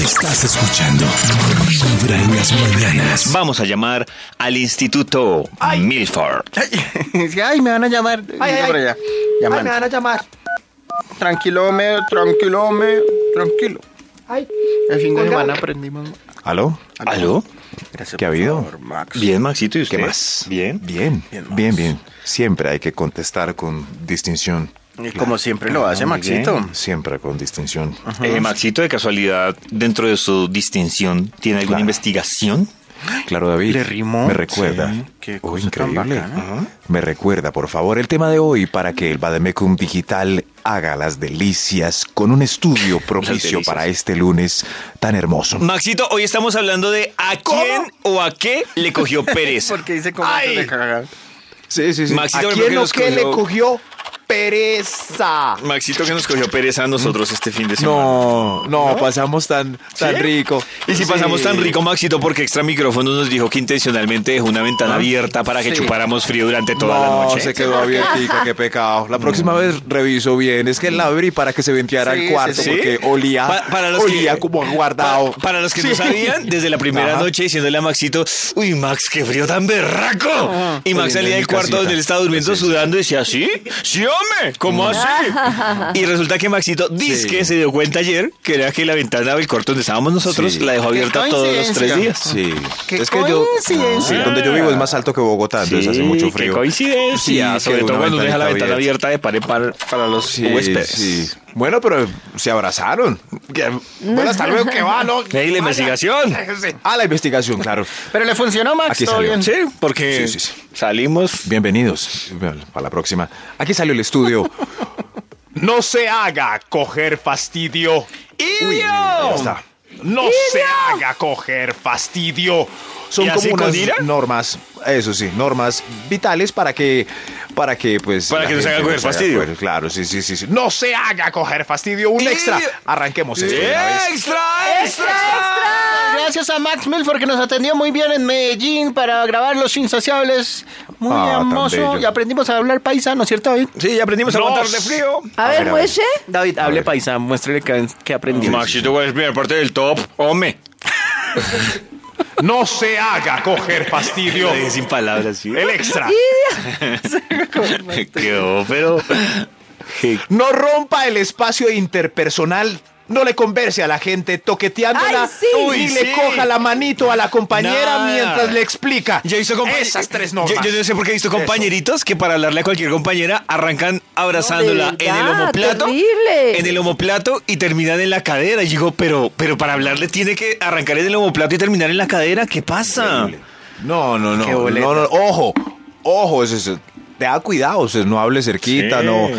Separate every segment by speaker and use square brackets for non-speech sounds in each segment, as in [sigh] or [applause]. Speaker 1: Estás escuchando Vibra en las mañanas.
Speaker 2: Vamos a llamar al Instituto Milford.
Speaker 3: Ay, [laughs] sí, ay, me van a llamar.
Speaker 4: Ay, ay,
Speaker 3: Por
Speaker 4: ay.
Speaker 3: allá.
Speaker 4: Ay,
Speaker 3: Llamando.
Speaker 4: me van a llamar.
Speaker 3: Tranquilo, me, tranquilo, me, tranquilo.
Speaker 4: Ay,
Speaker 3: El fin de
Speaker 4: Oiga.
Speaker 3: semana aprendimos.
Speaker 5: ¿Aló?
Speaker 2: ¿Aló?
Speaker 3: Gracias,
Speaker 5: ¿Qué ha
Speaker 3: por
Speaker 5: habido?
Speaker 3: favor, Max.
Speaker 2: Bien, Maxito, ¿y usted?
Speaker 5: ¿Qué más?
Speaker 2: Bien.
Speaker 5: Bien,
Speaker 3: Bien,
Speaker 5: bien,
Speaker 3: Max.
Speaker 5: bien, Siempre hay que contestar con distinción.
Speaker 3: Y Como siempre lo hace
Speaker 2: muy
Speaker 3: Maxito.
Speaker 5: Siempre con distinción.
Speaker 2: Eh, Maxito, de casualidad, dentro de su distinción, ¿tiene alguna
Speaker 5: Claro.
Speaker 2: investigación?
Speaker 5: Claro, David.
Speaker 3: ¿Le rimó?
Speaker 5: Me recuerda.
Speaker 3: Sí, qué
Speaker 5: Oh,
Speaker 3: cosa tan
Speaker 5: increíble.
Speaker 3: bacana.
Speaker 5: Ajá. Me recuerda, por favor, el tema de hoy para que el Bademecum Digital haga las delicias con un estudio propicio
Speaker 2: delicias.
Speaker 5: para este lunes tan hermoso.
Speaker 2: Maxito, hoy estamos hablando de a quién o a qué le cogió pereza.
Speaker 3: Porque dice como
Speaker 4: Ay.
Speaker 3: se le caga.
Speaker 5: Sí, sí,
Speaker 2: Maxito,
Speaker 4: ¿a
Speaker 2: ¿por
Speaker 4: quién
Speaker 2: qué
Speaker 4: lo
Speaker 2: nos
Speaker 4: que le
Speaker 2: cogió-
Speaker 4: cogió pereza?
Speaker 2: Maxito, que nos cogió pereza a nosotros este fin de semana.
Speaker 5: No, no, pasamos tan, tan rico.
Speaker 2: Y si
Speaker 5: Sí.
Speaker 2: pasamos tan rico, Maxito, porque Extra Micrófono nos dijo que intencionalmente dejó una ventana abierta para que chupáramos frío durante toda la
Speaker 5: No,
Speaker 2: noche. Mm.
Speaker 5: se quedó abiertica, qué pecado. La próxima vez reviso bien. Es que la abrí para que se venteara
Speaker 3: Sí,
Speaker 5: el cuarto,
Speaker 3: sí,
Speaker 2: sí.
Speaker 5: porque olía,
Speaker 2: Pa- para los
Speaker 5: olía
Speaker 2: que-
Speaker 5: como guardado.
Speaker 2: Pa- para los que no sabían, desde la primera
Speaker 5: Ajá.
Speaker 2: noche diciéndole a Maxito, uy, Max, qué frío tan berraco. y Max
Speaker 5: Oliendo en
Speaker 2: salía
Speaker 5: mi
Speaker 2: del cuarto
Speaker 5: casita.
Speaker 2: donde él estaba durmiendo, sudando y decía, ¿sí? ¿Sí, hombre? ¿Cómo así? y resulta que Maxito dizque
Speaker 5: Mm. Sí.
Speaker 2: se dio cuenta ayer que era que la ventana del cuarto donde estábamos nosotros
Speaker 5: Sí.
Speaker 2: la dejó
Speaker 3: Qué
Speaker 2: abierta todos los tres
Speaker 3: coincidencia.
Speaker 2: días.
Speaker 5: Sí.
Speaker 3: Qué
Speaker 5: es que yo.
Speaker 3: coincidencia.
Speaker 5: Sí, donde yo vivo es más alto que Bogotá, entonces hace mucho frío.
Speaker 2: Qué
Speaker 5: Sí,
Speaker 2: coincidencia. sobre
Speaker 5: quedó
Speaker 2: todo
Speaker 5: una
Speaker 2: cuando uno deja la
Speaker 5: ventanita
Speaker 2: ventana abierta de par en par para los
Speaker 5: Sí,
Speaker 2: huéspedes.
Speaker 5: sí. Bueno, pero se abrazaron. Que- Bueno, hasta luego que va, ¿no?
Speaker 2: Ey, la investigación.
Speaker 5: A la investigación, claro.
Speaker 3: Pero le funcionó, Max.
Speaker 5: Aquí
Speaker 3: todo
Speaker 5: salió.
Speaker 3: bien.
Speaker 2: Sí, porque
Speaker 5: Sí, sí, sí.
Speaker 2: salimos.
Speaker 5: Bienvenidos a la próxima. Aquí salió el estudio. No se haga coger fastidio.
Speaker 2: ¡Idio!
Speaker 5: Ya está.
Speaker 6: No se haga coger fastidio.
Speaker 5: Son
Speaker 2: ¿Y así
Speaker 5: como unas
Speaker 2: con ira?
Speaker 5: normas, eso sí, normas vitales para que, para que, pues.
Speaker 2: Para
Speaker 5: la
Speaker 2: que no se haga
Speaker 5: gente
Speaker 2: coger fastidio.
Speaker 5: coger- claro, sí, sí, sí, sí. No,
Speaker 6: No se haga coger fastidio. Un extra.
Speaker 2: Idio- Eh,
Speaker 5: arranquemos esto. de una vez.
Speaker 2: ¡Extra, extra!
Speaker 3: Gracias a Max Milford que nos atendió muy bien en Medellín para grabar Los Insaciables. Muy
Speaker 5: Ah, tan
Speaker 3: hermoso.
Speaker 5: bello.
Speaker 3: Y aprendimos a hablar paisa, ¿no es cierto, David?
Speaker 2: Sí, ya aprendimos a
Speaker 6: Nos-
Speaker 2: aguantar de frío.
Speaker 7: A ver, muestre.
Speaker 3: David,
Speaker 5: hable ver.
Speaker 3: paisa, muéstrele que, aprendió.
Speaker 2: Maxito, ¿cuál es la primera parte del top? Hombre.
Speaker 6: No se haga coger fastidio.
Speaker 2: Lo dije [laughs] sin palabras, ¿sí?
Speaker 6: El extra.
Speaker 2: [laughs] Quedó, pero...
Speaker 5: No rompa el espacio interpersonal. No le converse a la gente toqueteándola
Speaker 7: Ay, sí.
Speaker 5: y
Speaker 2: Uy, sí.
Speaker 5: le coja la manito a la compañera
Speaker 2: Nada.
Speaker 5: mientras le explica.
Speaker 2: Yo he visto compañ-
Speaker 6: Esas tres
Speaker 2: yo,
Speaker 6: normas.
Speaker 2: yo no sé por qué he visto compañeritos que para hablarle a cualquier compañera arrancan abrazándola
Speaker 7: No, de
Speaker 2: en el
Speaker 7: verdad,
Speaker 2: homoplato.
Speaker 7: terrible.
Speaker 2: En el homoplato y terminan en la cadera. Y digo, pero, pero para hablarle tiene que arrancar en el homoplato y terminar en la cadera. ¿Qué pasa?
Speaker 5: No, no, no.
Speaker 3: Qué boleta.
Speaker 5: no, no, Ojo, ojo, eso, eso, te da cuidado, o sea, no hable cerquita,
Speaker 2: Sí.
Speaker 5: no.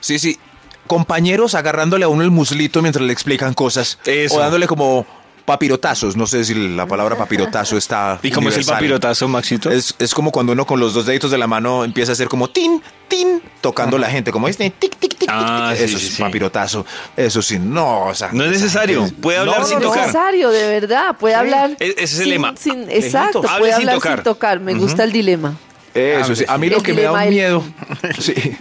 Speaker 5: Sí, sí. Compañeros agarrándole a uno el muslito mientras le explican cosas.
Speaker 2: Eso.
Speaker 5: O dándole como papirotazos. No sé si la palabra papirotazo está.
Speaker 2: ¿Y cómo es el
Speaker 5: universal.
Speaker 2: papirotazo, Maxito?
Speaker 5: Es, es como cuando uno con los dos deditos de la mano empieza a hacer como tin, tin, tocando la gente, como este, tic, tic, tic, tic,
Speaker 2: Ah,
Speaker 5: tic.
Speaker 2: sí,
Speaker 5: eso
Speaker 2: sí,
Speaker 5: es
Speaker 2: sí.
Speaker 5: papirotazo. Eso sí, no, o sea.
Speaker 2: No es necesario. Puede hablar
Speaker 5: No,
Speaker 2: sin
Speaker 5: no,
Speaker 7: Es
Speaker 5: no.
Speaker 2: tocar.
Speaker 7: necesario, de verdad. Puede hablar.
Speaker 2: E- ese es el
Speaker 7: sin-
Speaker 2: lema.
Speaker 7: sin- exacto,
Speaker 2: Hable
Speaker 7: puede
Speaker 2: sin
Speaker 7: hablar
Speaker 2: tocar.
Speaker 7: sin tocar. Me gusta el dilema.
Speaker 6: Ah,
Speaker 5: Eso sí. A mí lo
Speaker 7: El
Speaker 5: que me da
Speaker 7: dilema
Speaker 5: un
Speaker 7: del-
Speaker 5: miedo. [laughs]
Speaker 7: [laughs]
Speaker 5: Sí.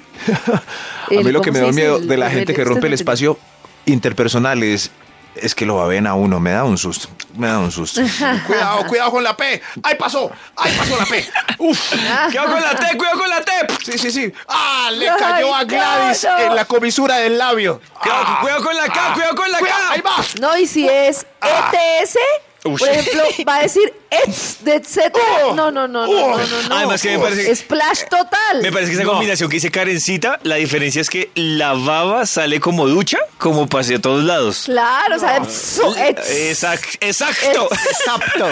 Speaker 5: A mí
Speaker 7: El-
Speaker 5: lo que
Speaker 7: ¿cómo
Speaker 5: me
Speaker 7: se
Speaker 5: da un
Speaker 7: dice?
Speaker 5: miedo
Speaker 7: El-
Speaker 5: de la
Speaker 7: el-
Speaker 5: gente que
Speaker 7: este
Speaker 5: rompe el
Speaker 7: no tiene-
Speaker 5: espacio interpersonal es, es que lo baben a uno. Me da un susto. Me da un susto.
Speaker 6: [laughs] Cuidado, cuidado con la P. Ahí pasó. Ahí pasó la P.
Speaker 7: [laughs]
Speaker 6: Uf.
Speaker 2: ¡Cuidado con la T! ¡Cuidado con la T!
Speaker 5: Sí, sí, sí.
Speaker 6: Ah, le cayó
Speaker 7: Ay,
Speaker 6: a Gladys
Speaker 7: claro.
Speaker 6: en la comisura del labio. Ah,
Speaker 2: ¡Cuidado, cuidado con la K! ¡Cuidado con la K!
Speaker 6: Cuidado, ahí va.
Speaker 7: No, y si es
Speaker 2: Ah.
Speaker 7: ETS, por ejemplo, va a decir ETS, de etcétera.
Speaker 6: Uh,
Speaker 7: No, no, no, no,
Speaker 6: uh.
Speaker 7: no, no, no.
Speaker 2: Además que Oh. Ah, me parece-
Speaker 7: Splash total.
Speaker 2: Me parece que esa
Speaker 6: No.
Speaker 2: combinación que dice Karencita, la diferencia es que la baba sale como ducha, como pase a todos lados.
Speaker 7: Claro, o sea, psu, ETS.
Speaker 2: Exact- exacto. [laughs]
Speaker 3: Exacto.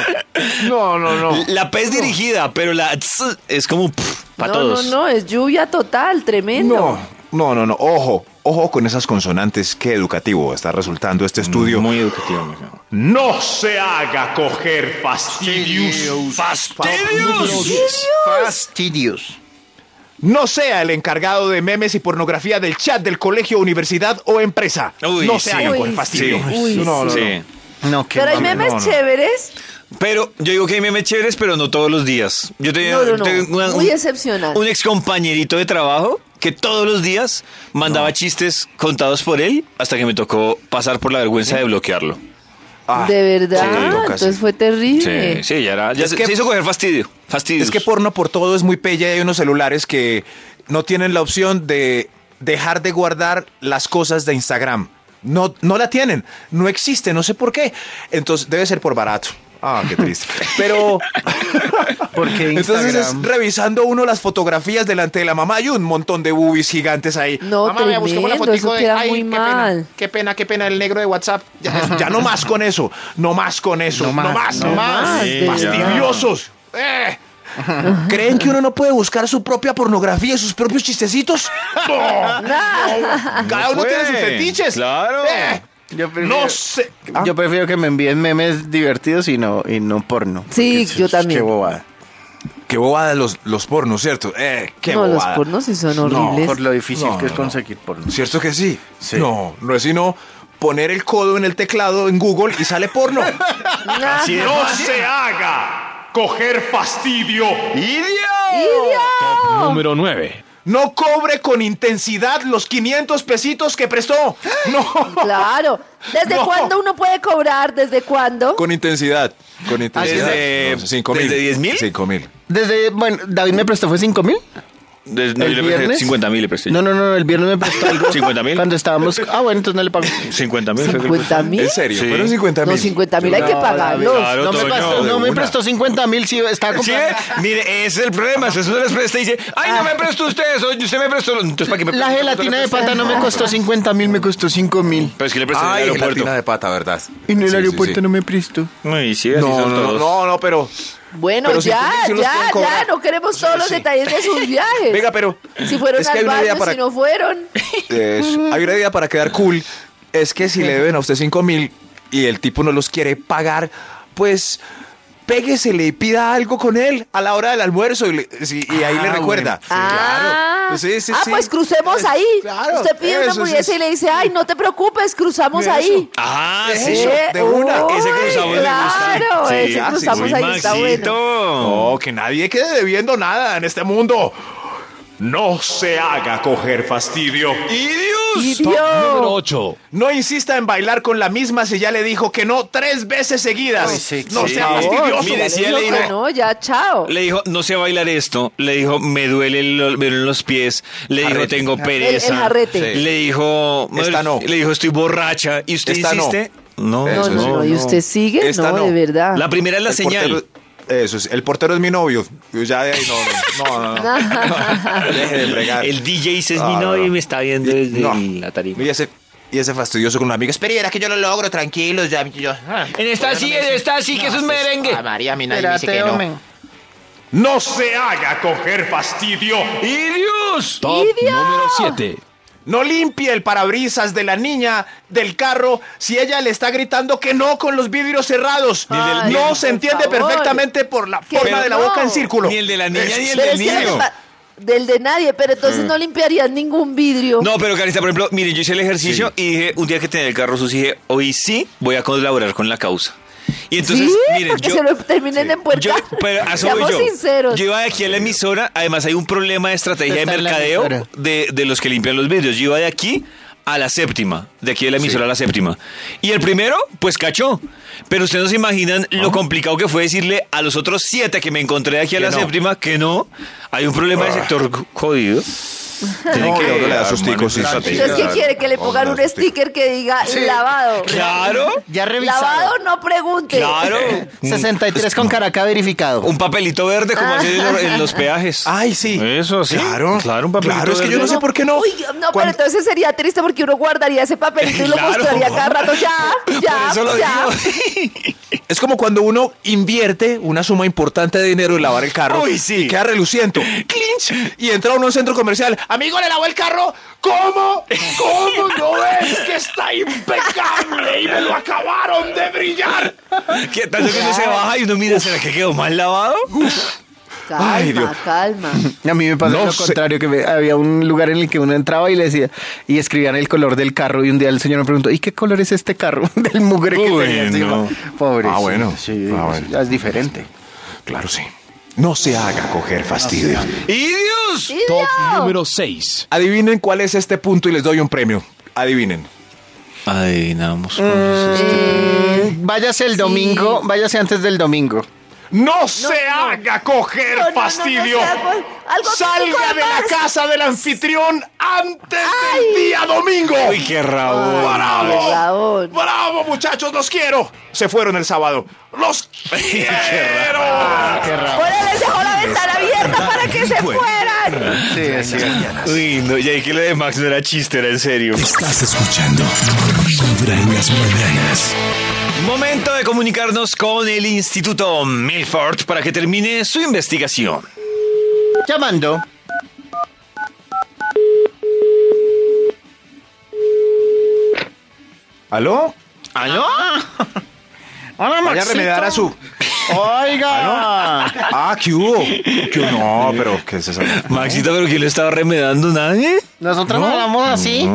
Speaker 6: No, no, no.
Speaker 2: La P es dirigida, pero la tz es como para
Speaker 7: no,
Speaker 2: todos.
Speaker 7: no, no, es lluvia total, tremendo.
Speaker 5: No, no, no, no. Ojo. Ojo con esas consonantes. Qué educativo está resultando este estudio.
Speaker 2: Muy educativo, mijo.
Speaker 6: No se haga coger fastidio.
Speaker 2: ¡Fastidios!
Speaker 3: Fastidios.
Speaker 6: No sea el encargado de memes y pornografía del chat del colegio, universidad o empresa.
Speaker 2: Uy,
Speaker 6: no se
Speaker 2: sí.
Speaker 6: hagan
Speaker 2: Uy,
Speaker 6: coger fastidio.
Speaker 2: sí.
Speaker 7: Uy,
Speaker 6: no, no,
Speaker 7: sí.
Speaker 2: Sí.
Speaker 3: No, qué
Speaker 7: Pero hay
Speaker 3: mame.
Speaker 7: memes
Speaker 5: no, no.
Speaker 7: chéveres.
Speaker 2: Pero yo digo que hay memes chéveres, pero no todos los días. Yo tenía,
Speaker 7: No, no, no.
Speaker 2: tengo una-
Speaker 7: Muy
Speaker 2: un-
Speaker 7: excepcional.
Speaker 2: Un ex compañerito de trabajo que todos los días mandaba chistes contados por él hasta que me tocó pasar por la vergüenza de bloquearlo.
Speaker 5: Ah,
Speaker 7: de
Speaker 5: sí,
Speaker 7: verdad,
Speaker 5: casi.
Speaker 7: entonces fue terrible.
Speaker 2: Sí, sí, ya, era, ya
Speaker 5: Es
Speaker 2: se,
Speaker 5: que-
Speaker 2: se hizo coger fastidio. Fastidio.
Speaker 5: Es que porno por todo es muy pella y hay unos celulares que no tienen la opción de dejar de guardar las cosas de Instagram. No, no la tienen, no existe, no sé por qué. Entonces debe ser por barato. Ah,
Speaker 6: [laughs]
Speaker 5: qué triste. Pero
Speaker 3: Porque
Speaker 5: entonces es revisando uno las fotografías delante de la mamá y un montón de boobies gigantes ahí.
Speaker 7: No,
Speaker 6: Mamá, vea, busquemos la
Speaker 7: tremendo, eso
Speaker 6: fotico de-
Speaker 7: queda
Speaker 6: ay,
Speaker 7: muy
Speaker 6: qué pena,
Speaker 7: mal.
Speaker 6: Qué pena, qué pena el negro de WhatsApp.
Speaker 5: Ya, ya no más con eso, no más con eso, no más, no más.
Speaker 7: no más, de
Speaker 5: Fastidiosos. Eh.
Speaker 3: [laughs]
Speaker 5: ¿Creen que uno no puede buscar su propia pornografía y sus propios
Speaker 3: [laughs]
Speaker 5: chistecitos?
Speaker 6: Cada uno tiene sus fetiches.
Speaker 2: Claro.
Speaker 6: Eh,
Speaker 3: Yo prefiero,
Speaker 6: no sé.
Speaker 3: yo prefiero que me envíen memes divertidos y no, y no porno.
Speaker 7: Sí,
Speaker 3: Porque
Speaker 7: yo
Speaker 3: es-
Speaker 7: también.
Speaker 3: Qué bobada.
Speaker 5: Qué bobada los, los pornos, ¿cierto? Eh, qué
Speaker 7: no, los
Speaker 5: bobada.
Speaker 7: pornos sí son horribles.
Speaker 3: Por lo difícil
Speaker 5: No,
Speaker 3: que es
Speaker 5: no, no.
Speaker 3: conseguir porno.
Speaker 5: ¿Cierto que sí?
Speaker 3: Sí.
Speaker 5: No, no es sino poner el codo en el teclado en Google y sale
Speaker 3: [laughs]
Speaker 5: porno.
Speaker 2: Así de
Speaker 6: No
Speaker 2: fácil.
Speaker 6: se haga. Coger fastidio.
Speaker 1: Número 9.
Speaker 5: no cobre con intensidad los 500 pesitos que prestó. No.
Speaker 7: Claro. ¿Desde
Speaker 5: No.
Speaker 7: cuándo uno puede cobrar? ¿Desde cuándo?
Speaker 5: Con intensidad. Con intensidad.
Speaker 2: ¿Desde-
Speaker 5: No, cinco mil.
Speaker 2: desde 10.000?
Speaker 5: Cinco mil.
Speaker 3: Desde, bueno, David me prestó, ¿fue 5 mil?
Speaker 2: Des- no, yo le presté 50 mil le presté.
Speaker 3: No, no, no, el viernes me prestó
Speaker 2: [laughs]
Speaker 3: algo.
Speaker 2: 50 mil.
Speaker 3: Cuando estábamos. Ah, bueno, entonces no le pago.
Speaker 2: 50 mil.
Speaker 7: 50 mil.
Speaker 5: ¿En serio?
Speaker 2: Sí.
Speaker 5: ¿Fueron 50 mil?
Speaker 7: No, 50 mil hay que
Speaker 3: No,
Speaker 7: pagarlos.
Speaker 2: David,
Speaker 3: No me,
Speaker 2: Toño,
Speaker 3: prestó,
Speaker 5: de
Speaker 3: no me
Speaker 5: una.
Speaker 3: prestó 50 mil, sí, estaba
Speaker 2: ¿Sí?
Speaker 3: comprando.
Speaker 2: Mire, ese es el problema. Eso no les presta y dice, ay, no me prestó usted eso. Usted me prestó. Entonces, ¿para qué me
Speaker 3: La
Speaker 2: prestó?
Speaker 3: gelatina de pata no me costó 50 mil, me costó 5 mil.
Speaker 2: Pero es que le presté en el
Speaker 5: Ay,
Speaker 2: aeropuerto.
Speaker 5: gelatina de pata, ¿verdad?
Speaker 3: Y en el
Speaker 5: Sí, sí,
Speaker 3: aeropuerto
Speaker 5: sí.
Speaker 3: no me prestó.
Speaker 2: Ay, sí, así
Speaker 5: No,
Speaker 2: son
Speaker 5: no,
Speaker 2: todos.
Speaker 5: no, no, pero...
Speaker 7: Bueno,
Speaker 5: Pero
Speaker 7: ya,
Speaker 5: 50.000 sí los
Speaker 7: ya,
Speaker 5: pueden
Speaker 7: ya.
Speaker 5: cobrar.
Speaker 7: No queremos todos los
Speaker 5: sí.
Speaker 7: detalles de sus viajes.
Speaker 5: Venga, pero...
Speaker 7: Si fueron
Speaker 5: es que hay
Speaker 7: al
Speaker 5: una idea
Speaker 7: baño,
Speaker 5: para-
Speaker 7: si
Speaker 5: [laughs]
Speaker 7: no fueron.
Speaker 5: Es- hay una idea para quedar cool. Es que si le deben a usted 5 mil y el tipo no los quiere pagar, pues péguesele y pida algo con él a la hora del almuerzo y, le- sí, y ahí le
Speaker 3: Ah,
Speaker 5: recuerda.
Speaker 7: Ah,
Speaker 5: Claro. Sí, sí,
Speaker 7: ah
Speaker 5: sí.
Speaker 7: pues crucemos
Speaker 5: Eh,
Speaker 7: ahí.
Speaker 5: claro,
Speaker 7: Usted pide una
Speaker 5: eso, eso,
Speaker 7: hamburguesa
Speaker 5: eso.
Speaker 7: y le dice, ay, no te preocupes, cruzamos
Speaker 5: Eso.
Speaker 7: ahí.
Speaker 2: Ah, sí.
Speaker 5: Eso, de una.
Speaker 7: uy,
Speaker 2: Ese cruzamos le gusta.
Speaker 7: Claro,
Speaker 5: Sí,
Speaker 7: ese
Speaker 5: ah, sí,
Speaker 7: cruzamos
Speaker 5: uy,
Speaker 7: ahí está bueno.
Speaker 2: Maxito.
Speaker 6: No, que nadie quede debiendo nada en este mundo. No se haga coger fastidio.
Speaker 7: Y
Speaker 1: Número
Speaker 7: Dios.
Speaker 1: 8.
Speaker 6: No insista en bailar con la misma si ya le dijo que no tres veces seguidas.
Speaker 3: Ay, sí,
Speaker 6: no
Speaker 2: sí.
Speaker 6: sea
Speaker 2: Por favor,
Speaker 6: fastidioso.
Speaker 2: mire, si ya le
Speaker 7: Digo que
Speaker 2: digo-
Speaker 7: no, ya, chao.
Speaker 2: Le dijo, no sé bailar esto. Le dijo, me duele lo- me duelen los pies. Le dijo,
Speaker 5: Jarrete.
Speaker 2: tengo pereza.
Speaker 7: El- el jarrete.
Speaker 2: Le dijo,
Speaker 5: Esta no.
Speaker 2: le dijo, estoy borracha. ¿Y usted
Speaker 5: Esta no.
Speaker 2: insiste? No,
Speaker 7: No,
Speaker 5: Eso
Speaker 7: no,
Speaker 5: sí,
Speaker 7: no, y
Speaker 5: no.
Speaker 7: usted sigue,
Speaker 5: Esta
Speaker 7: no,
Speaker 5: no.
Speaker 7: de verdad.
Speaker 2: La primera es la
Speaker 5: El
Speaker 2: señal.
Speaker 5: portero- eso es, el portero es mi novio. Yo ya de ahí no, no, no, no, no.
Speaker 7: [laughs]
Speaker 5: Deje de fregar.
Speaker 2: El DJ dice, es
Speaker 5: Ah,
Speaker 2: mi
Speaker 5: no,
Speaker 2: novio y
Speaker 5: no.
Speaker 2: me está viendo desde
Speaker 5: No.
Speaker 2: la tarima.
Speaker 5: Y ese, y ese fastidioso con una amiga. Espera,
Speaker 4: Espera, que yo lo logro, tranquilos, ya. Yo,
Speaker 2: En esta sí, en esta sí, que eso es merengue.
Speaker 4: Ah, María, a mí nadie me dice
Speaker 3: Espérate,
Speaker 4: que no.
Speaker 3: hombre.
Speaker 6: No se haga coger fastidio.
Speaker 2: ¡Y Dios!
Speaker 1: Top
Speaker 7: Idiota.
Speaker 1: número 7.
Speaker 6: No limpie el parabrisas de la niña del carro si ella le está gritando que no con los vidrios cerrados.
Speaker 7: Ay,
Speaker 6: no
Speaker 7: por
Speaker 6: se entiende
Speaker 7: favor.
Speaker 6: perfectamente por la
Speaker 7: Que
Speaker 6: forma de la
Speaker 7: no.
Speaker 6: boca en círculo.
Speaker 2: Ni el de la niña ni el
Speaker 7: Pero
Speaker 2: del
Speaker 7: es que lo que
Speaker 2: niño. Hmm.
Speaker 7: pa- del de nadie, pero entonces no limpiarías ningún vidrio.
Speaker 2: No, pero Carita, por ejemplo, mire, yo hice el ejercicio y dije, un día que tenía el carro sucio, dije, hoy sí voy a colaborar con la causa. Y entonces,
Speaker 7: sí,
Speaker 2: miren,
Speaker 7: para que
Speaker 2: yo...
Speaker 7: se lo terminen de
Speaker 2: Yo,
Speaker 7: empuercar.
Speaker 2: pero a eso voy
Speaker 7: Seamos
Speaker 2: yo.
Speaker 7: sinceros.
Speaker 2: Yo iba de aquí a la emisora, además hay un problema de estrategia de
Speaker 3: Está en la
Speaker 2: mercadeo
Speaker 3: emisora.
Speaker 2: de, de los que limpian los vidrios. Yo iba de aquí a la séptima, de aquí de la emisora a la séptima. Y el primero, pues cachó. Pero ustedes no se imaginan lo complicado que fue decirle a los otros siete que me encontré de aquí a la séptima que no. Hay un problema de sector j- jodido. Tienen
Speaker 5: que uno le da
Speaker 2: armar
Speaker 5: susticos, sí,
Speaker 2: estrategia.
Speaker 7: Entonces, ¿qué
Speaker 5: Sí,
Speaker 7: quiere? Que le
Speaker 5: no,
Speaker 7: pongan
Speaker 5: no,
Speaker 7: un
Speaker 5: sí.
Speaker 7: sticker que diga lavado.
Speaker 2: Claro,
Speaker 3: Ya revisado.
Speaker 7: Lavado,
Speaker 3: [laughs]
Speaker 7: no pregunte.
Speaker 2: claro.
Speaker 3: 63 con Caracas verificado.
Speaker 2: Un papelito verde como hacen en los- en los peajes.
Speaker 7: Ah.
Speaker 5: Ay, sí.
Speaker 2: Eso, sí.
Speaker 5: Claro.
Speaker 2: Claro, un papelito
Speaker 5: Claro, es que yo
Speaker 2: verde.
Speaker 5: no sé por qué no.
Speaker 7: Uy, no, pero
Speaker 5: Cuando-
Speaker 7: entonces sería triste porque uno guardaría ese papelito y
Speaker 2: [laughs]
Speaker 7: lo
Speaker 2: Claro.
Speaker 7: mostraría cada rato. Ya,
Speaker 2: [laughs]
Speaker 7: ya,
Speaker 2: eso lo
Speaker 7: ya.
Speaker 5: [laughs] Es como cuando uno invierte una suma importante de dinero en lavar el carro
Speaker 2: Uy, sí.
Speaker 5: y queda reluciente. ¡Clinch! Y entra uno a un centro comercial.
Speaker 6: Amigo, le lavó el carro. ¿Cómo? ¿Cómo no ves que está impecable y me lo acabaron de brillar?
Speaker 2: ¿Qué tal que uno se baja y uno mira, ¿será que quedó mal lavado?
Speaker 7: Calma,
Speaker 5: Ay, Dios.
Speaker 7: calma.
Speaker 3: A mí me pasó
Speaker 5: No
Speaker 3: lo
Speaker 5: sé.
Speaker 3: contrario, que me- había un lugar en el que uno entraba y le decía, y escribían el color del carro, y un día el señor me preguntó, ¿y qué color es este carro? [laughs] del mugre que tenía
Speaker 2: Bueno.
Speaker 3: encima. Pobre.
Speaker 5: Ah, bueno.
Speaker 3: Sí,
Speaker 5: Ah,
Speaker 3: sí,
Speaker 5: bueno.
Speaker 3: ya es diferente.
Speaker 5: Claro, sí. No se haga coger fastidio.
Speaker 2: ¡Y Dios!
Speaker 7: Idiota.
Speaker 1: Top número 6.
Speaker 5: Adivinen cuál es este punto y les doy un premio. Adivinen.
Speaker 2: Adivinamos. cosas.
Speaker 7: Eh,
Speaker 3: Váyase el domingo, váyase antes del domingo.
Speaker 5: No, se
Speaker 7: no.
Speaker 5: haga coger
Speaker 7: No, no, no, no,
Speaker 5: fastidio.
Speaker 7: o sea, algo- algo típico
Speaker 5: Salga
Speaker 7: de
Speaker 5: de la
Speaker 7: Marx.
Speaker 5: casa del anfitrión antes del día domingo.
Speaker 2: Uy, qué rabo.
Speaker 5: ¡Bravo!
Speaker 7: Rabón.
Speaker 5: ¡Bravo, muchachos! ¡Los quiero! Se fueron el sábado. ¡Los
Speaker 2: [laughs]
Speaker 5: quiero!
Speaker 7: Por él les dejó la ventana abierta para que se fueran.
Speaker 3: Sí, es cierto.
Speaker 2: Uy, no, ya que lo de Max no era chiste, era en serio.
Speaker 8: Estás escuchando Vibra en las mañanas.
Speaker 2: Momento de comunicarnos con el Instituto Milford para que termine su investigación.
Speaker 3: Llamando.
Speaker 9: ¿Aló?
Speaker 2: ¿Aló?
Speaker 3: Hola,
Speaker 9: Vaya a
Speaker 3: Maxito.
Speaker 9: remedar a su.
Speaker 3: Oiga.
Speaker 9: Ah, ¿qué hubo? ¿Qué hubo? No, pero ¿qué es eso?
Speaker 2: Maxito, ¿pero quién lo estaba remedando? ¿Nadie?
Speaker 3: Nosotros hablamos así.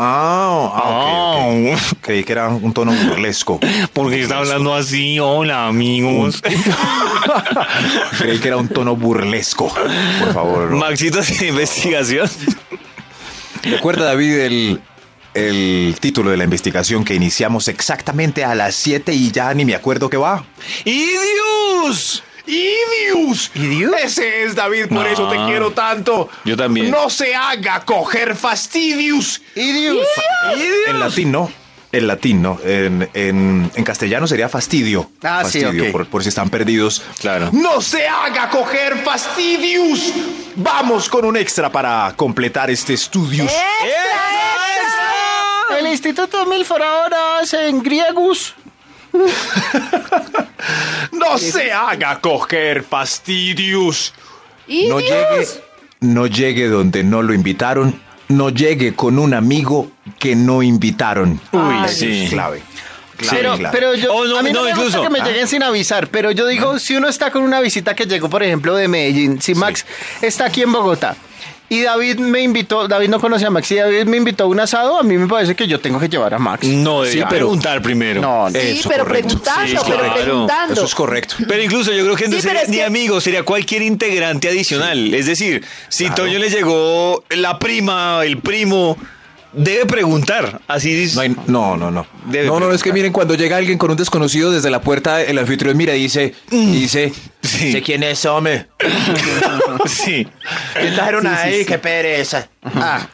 Speaker 9: Ah, ah, ok, ok. Creí que era un tono burlesco.
Speaker 2: ¿Por qué está hablando así? Hola, amigos. Ah.
Speaker 9: Creí que era un tono burlesco. Por favor. no.
Speaker 2: Maxito, sin investigación.
Speaker 9: [laughs] Recuerda, David, el, el título de la investigación que iniciamos exactamente a las 7 y ya ni me acuerdo qué va.
Speaker 2: ¡Idios!
Speaker 5: ¡Idius! Ese es David, por
Speaker 2: No.
Speaker 5: eso te quiero tanto.
Speaker 2: Ah. Yo también.
Speaker 5: No se haga coger fastidius.
Speaker 3: Idius.
Speaker 9: En latín no. En latín no. En, en- en castellano sería fastidio.
Speaker 3: Ah, sí,
Speaker 9: fastidio,
Speaker 3: ok.
Speaker 9: por, por si están perdidos.
Speaker 2: Claro.
Speaker 5: No se haga coger fastidius.
Speaker 9: Vamos con un extra para completar este estudio.
Speaker 3: El Instituto Milford ahora hace en griegus.
Speaker 5: No se haga coger fastidius.
Speaker 7: Y
Speaker 9: No llegue, no llegue donde no lo invitaron. No llegue con un amigo que no invitaron.
Speaker 2: Uy,
Speaker 9: Eso
Speaker 2: sí.
Speaker 9: Es clave. Clave,
Speaker 3: Pero,
Speaker 9: clave.
Speaker 3: pero yo,
Speaker 2: Oh, no,
Speaker 3: a mí no,
Speaker 2: no,
Speaker 3: me gusta
Speaker 2: incluso.
Speaker 3: que me lleguen sin avisar, pero yo digo, si uno está con una visita que llegó, por ejemplo, de Medellín, si Max está aquí en Bogotá y David me invitó, David no conocía a Max, y David me invitó a un asado, a mí me parece que yo tengo que llevar a Max.
Speaker 2: No,
Speaker 9: Sí,
Speaker 2: debía
Speaker 9: pero-
Speaker 2: preguntar primero.
Speaker 3: No, no.
Speaker 7: Sí,
Speaker 9: Eso,
Speaker 7: pero
Speaker 9: correcto.
Speaker 7: preguntando,
Speaker 2: Sí,
Speaker 7: pero
Speaker 2: claro.
Speaker 7: preguntando.
Speaker 9: Eso es correcto.
Speaker 2: Pero incluso yo creo que no
Speaker 7: Sí,
Speaker 2: sería
Speaker 7: pero es
Speaker 2: ni
Speaker 7: que-
Speaker 2: amigo, sería cualquier integrante adicional. Es decir, si Toño le llegó la prima, el primo, debe preguntar. Así es.
Speaker 9: No,
Speaker 2: [laughs]
Speaker 9: hay- no, no. No,
Speaker 2: Debe
Speaker 9: no, no, es que
Speaker 2: preguntar.
Speaker 9: miren, cuando llega alguien con un desconocido desde la puerta, el anfitrión mira y dice, dice,
Speaker 2: Mm. Sí.
Speaker 9: sé quién es, hombre.
Speaker 2: Sí.
Speaker 9: ¿Quién trajeron
Speaker 2: eh,
Speaker 9: ahí?
Speaker 10: qué pereza. Ah,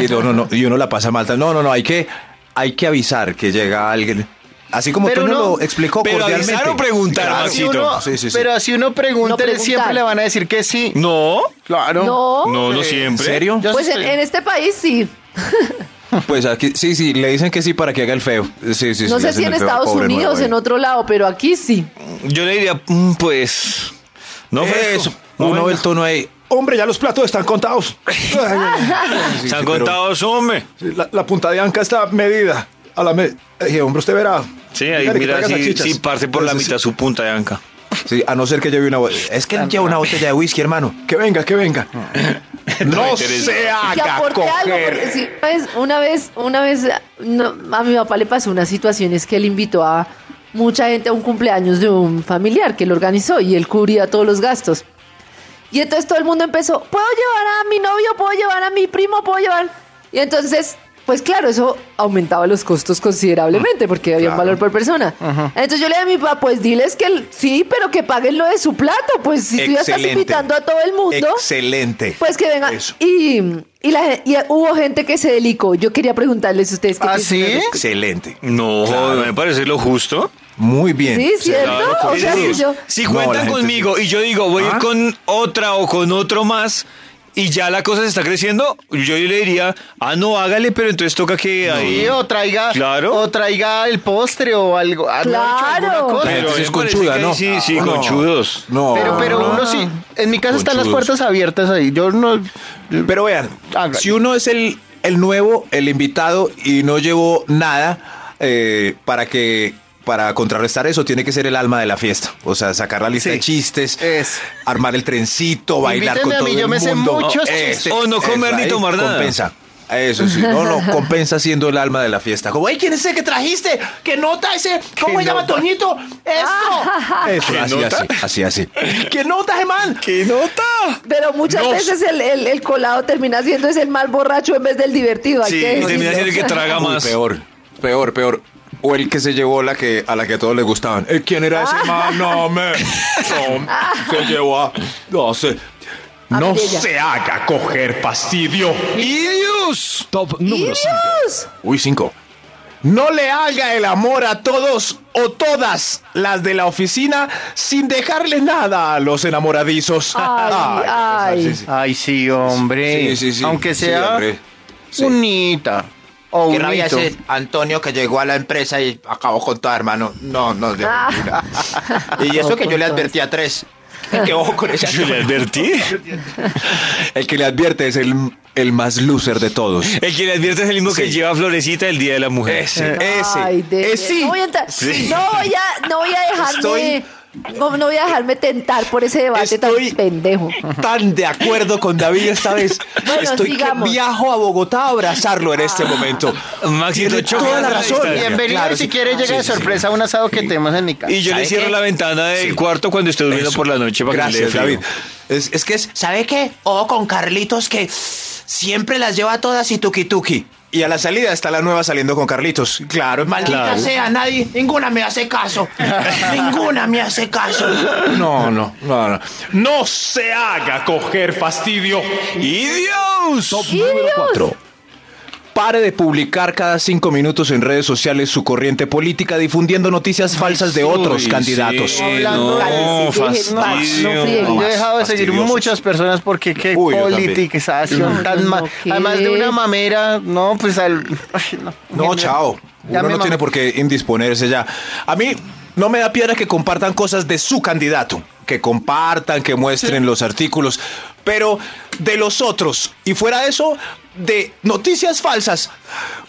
Speaker 9: Y no, no, no, y uno la pasa mal. No, no, no, hay que, hay que avisar que llega alguien. Así como
Speaker 3: Pero
Speaker 9: Toño
Speaker 3: no-
Speaker 9: lo explicó
Speaker 2: pero
Speaker 9: cordialmente.
Speaker 2: avisar o preguntar,
Speaker 9: Claro.
Speaker 3: Si
Speaker 2: Maxito.
Speaker 3: uno-
Speaker 9: Sí, sí, sí.
Speaker 3: Pero si uno pregunta,
Speaker 7: No
Speaker 3: siempre
Speaker 7: preguntar.
Speaker 3: le van a decir que sí.
Speaker 2: No.
Speaker 3: Claro.
Speaker 7: No.
Speaker 2: No, no
Speaker 9: ¿En
Speaker 2: siempre.
Speaker 9: serio?
Speaker 3: Yo
Speaker 7: Pues
Speaker 3: sí
Speaker 7: en,
Speaker 3: estoy-
Speaker 7: en este país sí.
Speaker 9: Pues aquí, sí, sí, le dicen que sí para que haga el feo. Sí, sí,
Speaker 7: No
Speaker 9: sí, le
Speaker 7: sé
Speaker 9: hacen
Speaker 7: si en
Speaker 9: el feo al
Speaker 7: Estados
Speaker 9: pobre nuevo
Speaker 7: Unidos,
Speaker 9: ahí.
Speaker 7: en otro lado, pero aquí sí.
Speaker 2: Yo le diría, mm, pues. No
Speaker 9: Eso.
Speaker 2: ofrezco. No
Speaker 9: Uno
Speaker 2: venga.
Speaker 9: ve el tono ahí.
Speaker 5: Hombre, ya los platos están contados.
Speaker 2: Se han
Speaker 9: sí, pero-
Speaker 2: contado, hombre.
Speaker 5: La, la punta de anca está medida. A la me- Eh, hombre, usted verá.
Speaker 2: Sí, ahí
Speaker 5: Dígale que
Speaker 2: mira,
Speaker 5: traiga
Speaker 2: sí,
Speaker 5: salchichas.
Speaker 2: sí, parte por la
Speaker 5: Entonces,
Speaker 2: mitad su punta de anca.
Speaker 9: Sí, a no ser que lleve una botella. Es que lleva una botella de whisky, hermano.
Speaker 5: Que venga, que venga. [laughs] No se
Speaker 7: Que
Speaker 5: haga
Speaker 7: aporte algo, porque
Speaker 5: coger.
Speaker 7: sí, una vez, una vez, una vez no, a mi papá le pasó una situación, es que él invitó a mucha gente a un cumpleaños de un familiar que lo organizó y él cubría todos los gastos. Y entonces todo el mundo empezó, ¿puedo llevar a mi novio? ¿Puedo llevar a mi primo? ¿Puedo llevar? Y entonces, pues claro, eso aumentaba los costos
Speaker 5: Mm,
Speaker 7: considerablemente porque había un valor por persona. Entonces yo le dije a mi papá, pues diles que el- sí, pero que paguen lo de su plato, pues si tú ya estás
Speaker 9: Excelente.
Speaker 7: invitando a todo el mundo.
Speaker 9: Excelente.
Speaker 7: Pues que venga.
Speaker 9: Eso.
Speaker 7: Y, y, la, gen- y hubo gente que se delicó. Yo quería preguntarles a ustedes qué
Speaker 3: ¿Ah,
Speaker 7: piensan
Speaker 3: sí?
Speaker 7: al respecto.
Speaker 9: Excelente.
Speaker 2: No, me parece lo justo.
Speaker 9: Muy bien.
Speaker 7: Sí, ¿cierto?
Speaker 2: Claro,
Speaker 7: o
Speaker 2: porque
Speaker 7: sea,
Speaker 2: sí.
Speaker 7: si yo.
Speaker 2: Si
Speaker 9: No, la
Speaker 2: cuentan
Speaker 9: gente
Speaker 2: conmigo y yo digo, voy a ir
Speaker 9: ¿Ah?
Speaker 2: con otra o con otro más y ya la cosa se está creciendo, yo le diría, ah, no, hágale, pero entonces toca que ahí.
Speaker 3: Sí, o traiga,
Speaker 2: Claro.
Speaker 3: o traiga el postre o algo. ah, no,
Speaker 7: Claro.
Speaker 3: alguna cosa.
Speaker 2: a mí
Speaker 9: Pero es
Speaker 2: me parece
Speaker 9: conchuda,
Speaker 2: que ahí
Speaker 9: ¿no?
Speaker 2: Sí, sí,
Speaker 9: Ah, no.
Speaker 2: conchudos.
Speaker 9: No.
Speaker 3: Pero, pero uno sí. En mi casa están las
Speaker 9: Conchudos.
Speaker 3: puertas abiertas ahí. Yo no.
Speaker 9: Pero vean,
Speaker 3: Ah,
Speaker 9: si uno es el, el nuevo, el invitado y no llevó nada eh, para que para contrarrestar eso tiene que ser el alma de la fiesta, o sea, sacar la lista
Speaker 3: Sí.
Speaker 9: de chistes,
Speaker 3: Es.
Speaker 9: armar el trencito, bailar
Speaker 3: Invítenme
Speaker 9: con
Speaker 3: a
Speaker 9: todo
Speaker 3: mí, yo
Speaker 9: el
Speaker 3: me sé
Speaker 9: mundo.
Speaker 3: muchos
Speaker 2: chistes. O no comer ni
Speaker 9: ahí
Speaker 2: tomar nada.
Speaker 9: Compensa. Eso sí, no,
Speaker 3: [laughs]
Speaker 9: no, compensa siendo el alma de la fiesta. Como, "Ey, ¿quién es ese que trajiste? ¿Qué nota ese? ¿Cómo se llama Toñito?
Speaker 7: [laughs]
Speaker 3: Ah,
Speaker 9: Esto. Eso, así, así, así,
Speaker 2: [laughs]
Speaker 9: así.
Speaker 5: Que nota, Germán.
Speaker 2: ¡Qué nota!
Speaker 7: Pero muchas veces el, el, el colado termina siendo es el mal borracho en vez del divertido. Hay
Speaker 2: Sí,
Speaker 7: que
Speaker 2: termina
Speaker 7: decirlo.
Speaker 2: siendo el que traga
Speaker 9: Uy,
Speaker 2: más.
Speaker 9: peor.
Speaker 5: peor, peor. O el que se llevó la que, a la que a todos les gustaban. Eh, ¿Quién era
Speaker 7: Ah.
Speaker 5: ese man? No, me. no,
Speaker 7: [laughs]
Speaker 5: se llevó a. No sé.
Speaker 7: A
Speaker 5: No
Speaker 7: Mireya.
Speaker 5: se haga coger fastidio.
Speaker 2: ¡Idios!
Speaker 1: Top número 5.
Speaker 7: ¡Dios!
Speaker 5: Uy, cinco. No le haga el amor a todos o todas las de la oficina sin dejarle nada a los enamoradizos. [laughs]
Speaker 7: Ay, ay.
Speaker 5: sí, sí.
Speaker 3: Ay, sí, hombre.
Speaker 5: Sí, sí, sí.
Speaker 3: Aunque
Speaker 5: Sí,
Speaker 3: sea
Speaker 5: hombre. Sí.
Speaker 3: unita. O
Speaker 4: Qué rabia
Speaker 3: unito.
Speaker 4: ese Antonio que llegó a la empresa y acabó con toda, hermano. No, no, de
Speaker 7: Ah.
Speaker 4: mentira. Y eso que yo le advertí a tres. Que ojo con ese
Speaker 2: Yo le
Speaker 4: Antonio.
Speaker 2: advertí.
Speaker 5: El que le advierte es el, el más loser de todos.
Speaker 2: El que le advierte es el mismo que
Speaker 5: Sí.
Speaker 2: lleva florecita el día de la mujer.
Speaker 5: Ese,
Speaker 7: Ay,
Speaker 5: ese.
Speaker 7: de-
Speaker 5: Eh, sí.
Speaker 7: no, voy a entrar-
Speaker 2: Sí.
Speaker 7: no voy a, no voy a dejarme.
Speaker 5: Estoy-
Speaker 7: No, no voy a dejarme tentar por ese debate
Speaker 5: Estoy-
Speaker 7: tan pendejo.
Speaker 5: Tan de acuerdo con David esta vez.
Speaker 7: Bueno,
Speaker 5: Estoy que
Speaker 7: sigamos. Ah.
Speaker 5: viajo a Bogotá a abrazarlo en este momento.
Speaker 2: Maxito,
Speaker 5: Tiene
Speaker 2: choca
Speaker 5: toda la
Speaker 2: la
Speaker 5: razón.
Speaker 2: distancia.
Speaker 3: Bienvenido
Speaker 5: Claro,
Speaker 3: y si
Speaker 5: sí.
Speaker 3: quiere llega
Speaker 5: Sí,
Speaker 3: de
Speaker 5: sí, sí.
Speaker 3: sorpresa a un asado que tenemos en mi casa.
Speaker 2: Y yo le
Speaker 4: ¿Sabe
Speaker 2: cierro
Speaker 4: qué?
Speaker 2: la ventana del
Speaker 5: Sí.
Speaker 2: cuarto cuando esté durmiendo
Speaker 5: Eso.
Speaker 2: por la noche para
Speaker 5: Gracias,
Speaker 2: que le dé
Speaker 5: David.
Speaker 2: frío.
Speaker 5: Es, es que es.
Speaker 4: ¿Sabe qué? Ojo con Carlitos que siempre las lleva todas y tuki tuki.
Speaker 5: Y a la salida está la nueva saliendo con Carlitos. Claro, es
Speaker 4: Maldita
Speaker 5: Claro.
Speaker 4: sea, nadie, ninguna me hace
Speaker 5: [laughs]
Speaker 4: caso. ninguna me hace caso.
Speaker 5: No, no, no, no. No se haga coger fastidio.
Speaker 2: ¡Idios!
Speaker 5: Top número 4. Pare de publicar cada cinco minutos en redes sociales su corriente política difundiendo noticias falsas de otros
Speaker 2: Uy,
Speaker 5: candidatos.
Speaker 2: sí, no,
Speaker 3: Hablando-
Speaker 7: Yo dije, no,
Speaker 2: fastidio.
Speaker 7: no friegues.
Speaker 3: Yo he dejado de seguir
Speaker 5: fastidiosos.
Speaker 3: muchas personas porque qué
Speaker 5: Uy, yo también.
Speaker 3: politización
Speaker 7: No,
Speaker 3: tan
Speaker 7: no,
Speaker 3: ma-
Speaker 7: no, ¿qué?
Speaker 3: Además de una mamera, no, pues al. Ay, no,
Speaker 5: No, chao.
Speaker 3: Ya
Speaker 5: Uno
Speaker 3: me
Speaker 5: no
Speaker 3: mamé.
Speaker 5: tiene por qué indisponerse ya. A mí no me da piedra que compartan cosas de su candidato, que compartan, que muestren los artículos, pero de los otros. Y fuera de eso, de noticias falsas.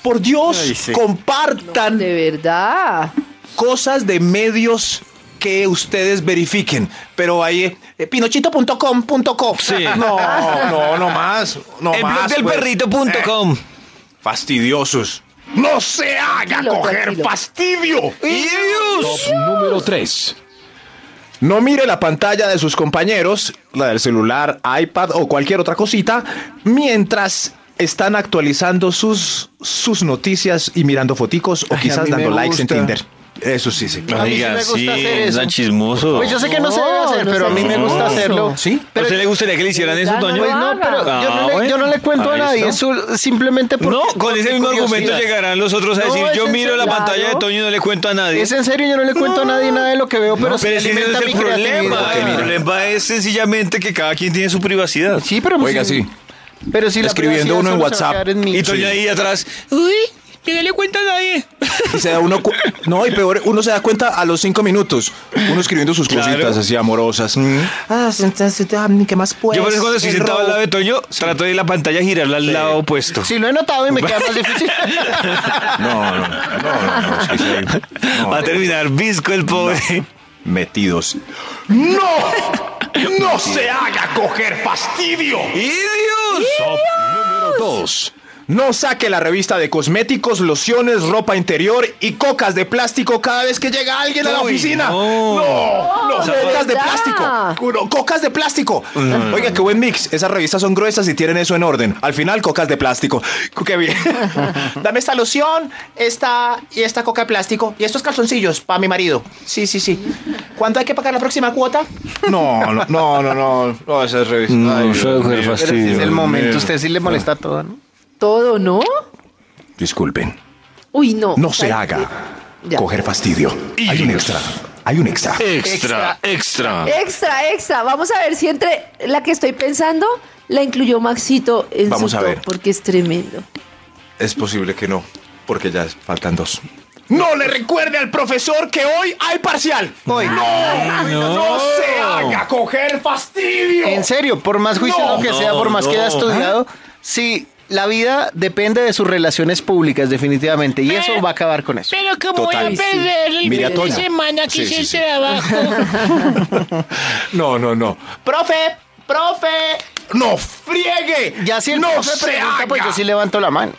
Speaker 5: Por Dios,
Speaker 3: Ay, sí.
Speaker 5: compartan
Speaker 7: De verdad.
Speaker 5: cosas de medios que ustedes verifiquen. Pero ahí, eh, pinochito.com.co. [laughs] No, no, no más. No
Speaker 2: El blog
Speaker 5: más.
Speaker 2: del
Speaker 5: pues.
Speaker 2: perrito.com.
Speaker 5: Fastidiosos.
Speaker 6: No se haga
Speaker 7: Tranquilo,
Speaker 6: coger
Speaker 7: tranquilo.
Speaker 6: fastidio.
Speaker 1: Top número 3.
Speaker 5: No mire la pantalla de sus compañeros, la del celular, iPad o cualquier otra cosita, mientras están actualizando sus, sus noticias y mirando foticos o
Speaker 3: Ay, a
Speaker 5: quizás
Speaker 3: mí me
Speaker 5: dando likes en
Speaker 3: gusta.
Speaker 5: Tinder. Eso sí, sí.
Speaker 3: A mí sí me
Speaker 2: Oiga,
Speaker 3: gusta
Speaker 2: sí,
Speaker 3: hacer eso.
Speaker 2: tan chismoso.
Speaker 3: Pues yo sé que no se
Speaker 7: No,
Speaker 3: debe hacer,
Speaker 7: no
Speaker 3: pero a mí
Speaker 7: seas
Speaker 3: me gusta
Speaker 7: chismoso.
Speaker 3: hacerlo.
Speaker 5: ¿Sí?
Speaker 2: ¿A usted le gustaría que le hicieran eso,
Speaker 7: Ya no
Speaker 2: Toño?
Speaker 7: lo
Speaker 3: Pues No, pero
Speaker 7: Ah,
Speaker 3: yo, no le, yo no le cuento a
Speaker 2: bueno, Ah,
Speaker 3: nadie,
Speaker 2: ahí está.
Speaker 3: eso simplemente porque.
Speaker 2: No, con ese mismo
Speaker 3: porque
Speaker 2: argumento
Speaker 3: curiosidad.
Speaker 2: llegarán los otros a
Speaker 3: No,
Speaker 2: decir,
Speaker 3: es
Speaker 2: yo
Speaker 3: en
Speaker 2: miro la
Speaker 7: serio,
Speaker 2: pantalla de
Speaker 7: claro.
Speaker 2: Toño y no le cuento a nadie.
Speaker 3: Es en serio, yo no le cuento a nadie nada de lo que veo, pero,
Speaker 2: pero
Speaker 3: sí
Speaker 2: ese no
Speaker 3: alimenta
Speaker 2: es el
Speaker 3: mi
Speaker 2: problema.
Speaker 3: creatividad.
Speaker 2: El problema es sencillamente que cada quien tiene su privacidad.
Speaker 3: Sí, pero
Speaker 5: Oiga,
Speaker 3: si-
Speaker 5: sí.
Speaker 3: Pero si la
Speaker 5: Escribiendo
Speaker 3: privacidad
Speaker 5: uno en
Speaker 3: solo se va a
Speaker 5: WhatsApp.
Speaker 3: quedar en mí.
Speaker 2: Y Toño ahí atrás, uy, yo no le cuento a nadie.
Speaker 5: Y se da uno cu- no, y peor, uno se da cuenta a los cinco minutos. Uno escribiendo sus
Speaker 2: Claro.
Speaker 5: cositas así
Speaker 7: [laughs]
Speaker 5: amorosas.
Speaker 4: Ah, entonces, ah, ¿qué más puedes?
Speaker 2: Yo por eso cuando estoy
Speaker 4: El
Speaker 2: sentado al
Speaker 4: robo.
Speaker 2: lado de Toño, trato de la pantalla girarla al lado opuesto.
Speaker 3: Sí, lo he notado y
Speaker 2: [laughs]
Speaker 3: me queda más difícil.
Speaker 5: No, no, no, no, no, es que sí, no.
Speaker 2: Va a terminar visco el pobre. [laughs]
Speaker 5: Metidos.
Speaker 6: No, no se haga coger fastidio.
Speaker 2: ¡Idios!
Speaker 1: Top número 2.
Speaker 5: No saque la revista de cosméticos, lociones, ropa interior y cocas de plástico cada vez que llega alguien a la
Speaker 2: Uy,
Speaker 5: oficina.
Speaker 2: no.
Speaker 5: no,
Speaker 7: No,
Speaker 5: cocas de
Speaker 7: ¿verdad?
Speaker 5: plástico. No, cocas de plástico.
Speaker 3: Mm.
Speaker 5: Oiga, qué buen mix. Esas revistas son gruesas y tienen eso en orden. Al final, cocas de plástico. Qué
Speaker 3: [laughs]
Speaker 5: bien.
Speaker 4: Dame esta loción, esta y esta coca de plástico y estos calzoncillos para mi marido. Sí, sí, sí. ¿Cuánto hay que pagar la próxima cuota?
Speaker 5: No, no, no, no, no. No, esas revistas.
Speaker 2: No,
Speaker 5: Ay,
Speaker 2: fue
Speaker 5: Dios
Speaker 2: coger
Speaker 5: mío.
Speaker 2: fastidio.
Speaker 3: es el
Speaker 5: Dios
Speaker 3: momento,
Speaker 5: mío.
Speaker 3: usted sí le molesta todo, ¿no?
Speaker 7: Todo, ¿no?
Speaker 5: Disculpen.
Speaker 7: Uy, no.
Speaker 5: No se
Speaker 7: ¿Sabes
Speaker 5: haga
Speaker 7: qué? Ya.
Speaker 5: coger fastidio. Hay un extra. Hay un extra.
Speaker 2: Extra, Eh, extra.
Speaker 7: Extra, extra. Vamos a ver si entre la que estoy pensando la incluyó Maxito en
Speaker 5: Vamos
Speaker 7: su
Speaker 5: a
Speaker 7: top,
Speaker 5: ver.
Speaker 7: porque es tremendo.
Speaker 5: Es posible que no, porque ya faltan dos.
Speaker 6: No le recuerde al profesor que hoy hay parcial. No, no, se haga coger fastidio.
Speaker 3: En serio, por más juiciado
Speaker 6: No,
Speaker 3: que sea,
Speaker 2: no,
Speaker 3: por más que
Speaker 2: no.
Speaker 3: haya
Speaker 2: ¿Ah?
Speaker 3: estudiado, sí, la vida depende de sus relaciones públicas, definitivamente, y eso va a acabar con eso.
Speaker 9: Pero como
Speaker 5: Total. Ay,
Speaker 9: voy a
Speaker 5: sí.
Speaker 9: perder el
Speaker 5: Mira,
Speaker 9: fin
Speaker 5: Toño.
Speaker 9: de semana que
Speaker 5: Sí,
Speaker 9: hice
Speaker 5: sí,
Speaker 9: el
Speaker 5: sí.
Speaker 9: trabajo.
Speaker 5: No, no, no.
Speaker 4: Profe, profe.
Speaker 6: No friegue.
Speaker 3: Ya si el
Speaker 6: no
Speaker 3: profe
Speaker 6: se
Speaker 3: pregunta,
Speaker 6: haga.
Speaker 3: pues yo sí levanto la mano.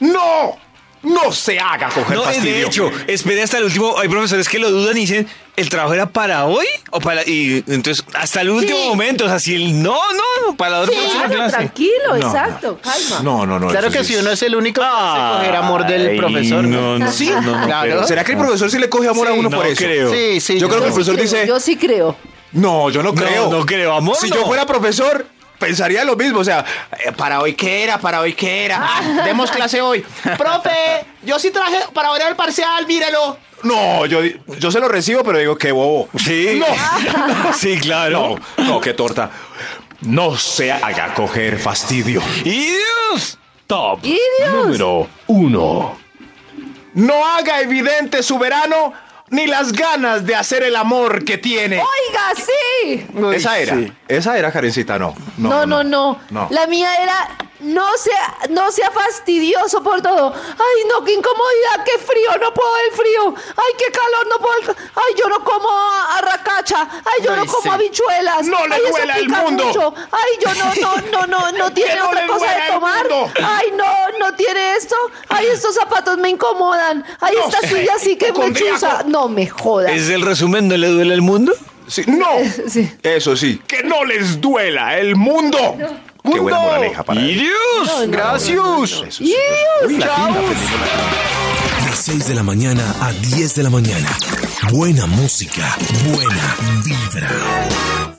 Speaker 6: No,
Speaker 5: No se haga coger
Speaker 2: No, y
Speaker 5: fastidio.
Speaker 2: de hecho, esperé hasta el último. Hay profesores que lo dudan y dicen, ¿el trabajo era para hoy? o para Y entonces, hasta el último momento, o sea, si el- no, no, no, para la otra próxima
Speaker 7: Claro,
Speaker 2: clase.
Speaker 7: tranquilo,
Speaker 5: No,
Speaker 7: exacto, calma.
Speaker 5: No, no, no.
Speaker 3: Claro
Speaker 5: eso
Speaker 3: que
Speaker 5: sí
Speaker 3: si
Speaker 5: es-
Speaker 3: uno es el único que
Speaker 2: Ay,
Speaker 3: hace coger amor del profesor.
Speaker 2: No, no,
Speaker 7: Sí,
Speaker 2: no, no, no,
Speaker 3: claro.
Speaker 2: pero-
Speaker 5: ¿Será que el profesor sí le coge amor a
Speaker 3: Sí,
Speaker 5: uno
Speaker 2: no
Speaker 5: por eso?
Speaker 2: creo.
Speaker 3: Sí, sí.
Speaker 5: Yo creo que el
Speaker 7: Yo sí
Speaker 5: profesor
Speaker 7: creo,
Speaker 5: dice,
Speaker 7: Yo sí creo.
Speaker 5: no, yo no
Speaker 2: No,
Speaker 5: creo.
Speaker 2: no creo, amor,
Speaker 5: Si
Speaker 2: no.
Speaker 5: yo fuera profesor, pensaría lo mismo. O sea, eh, para hoy qué era, para hoy qué era.
Speaker 4: Demos clase hoy. Ah. [laughs] Profe, yo sí traje para orar el parcial, mírelo.
Speaker 5: No, yo, di- yo se lo recibo, pero digo, qué bobo.
Speaker 2: Sí.
Speaker 5: [laughs] No.
Speaker 2: [laughs] Sí, claro.
Speaker 5: No, no, qué torta. No se haga coger fastidio.
Speaker 2: ¡Y Dios!
Speaker 9: Top
Speaker 7: ¡Y Dios!
Speaker 9: número uno.
Speaker 5: No haga evidente su verano ni las ganas de hacer el amor que tiene.
Speaker 7: ¡Oiga, sí!
Speaker 3: Uy,
Speaker 5: esa era,
Speaker 3: sí.
Speaker 5: esa era, Karencita, no.
Speaker 7: No, no, no.
Speaker 5: no.
Speaker 7: La mía era no sea, no sea fastidioso por todo. Ay, no, qué incomodidad, qué frío, no puedo el frío. Ay, qué calor, no puedo. el ca- Ay, yo no como a- arracacha. Ay, yo
Speaker 3: Ay,
Speaker 7: no como
Speaker 3: sí.
Speaker 7: habichuelas.
Speaker 5: No le
Speaker 7: Ay, eso
Speaker 5: duela el
Speaker 7: pica
Speaker 5: mundo.
Speaker 7: mucho. Ay, yo no, no, no,
Speaker 5: [laughs]
Speaker 7: no, no tiene
Speaker 5: no
Speaker 7: otra
Speaker 5: le
Speaker 7: cosa
Speaker 5: duela
Speaker 7: de
Speaker 5: el
Speaker 7: tomar.
Speaker 5: mundo.
Speaker 7: Ay, no, no tiene esto. Ay, estos zapatos me incomodan. Ay,
Speaker 5: No
Speaker 7: esta
Speaker 5: sé,
Speaker 7: silla sí que me
Speaker 5: hipocondríaco.
Speaker 7: chusa. No me jodas.
Speaker 2: ¿Es el resumen? ¿No le duele el mundo?
Speaker 5: Sí, no.
Speaker 7: [laughs] Sí.
Speaker 5: Eso sí, que no les duela el mundo. Qué buena moraleja para
Speaker 2: ¡Y
Speaker 5: él.
Speaker 2: Dios!
Speaker 7: No, no,
Speaker 3: Gracias.
Speaker 5: Eso
Speaker 7: ¡Y
Speaker 5: sí.
Speaker 7: Dios!
Speaker 5: Uy, latina, aprendimos latín.
Speaker 1: De 6 de la mañana a 10 de la mañana. Buena música, buena vibra.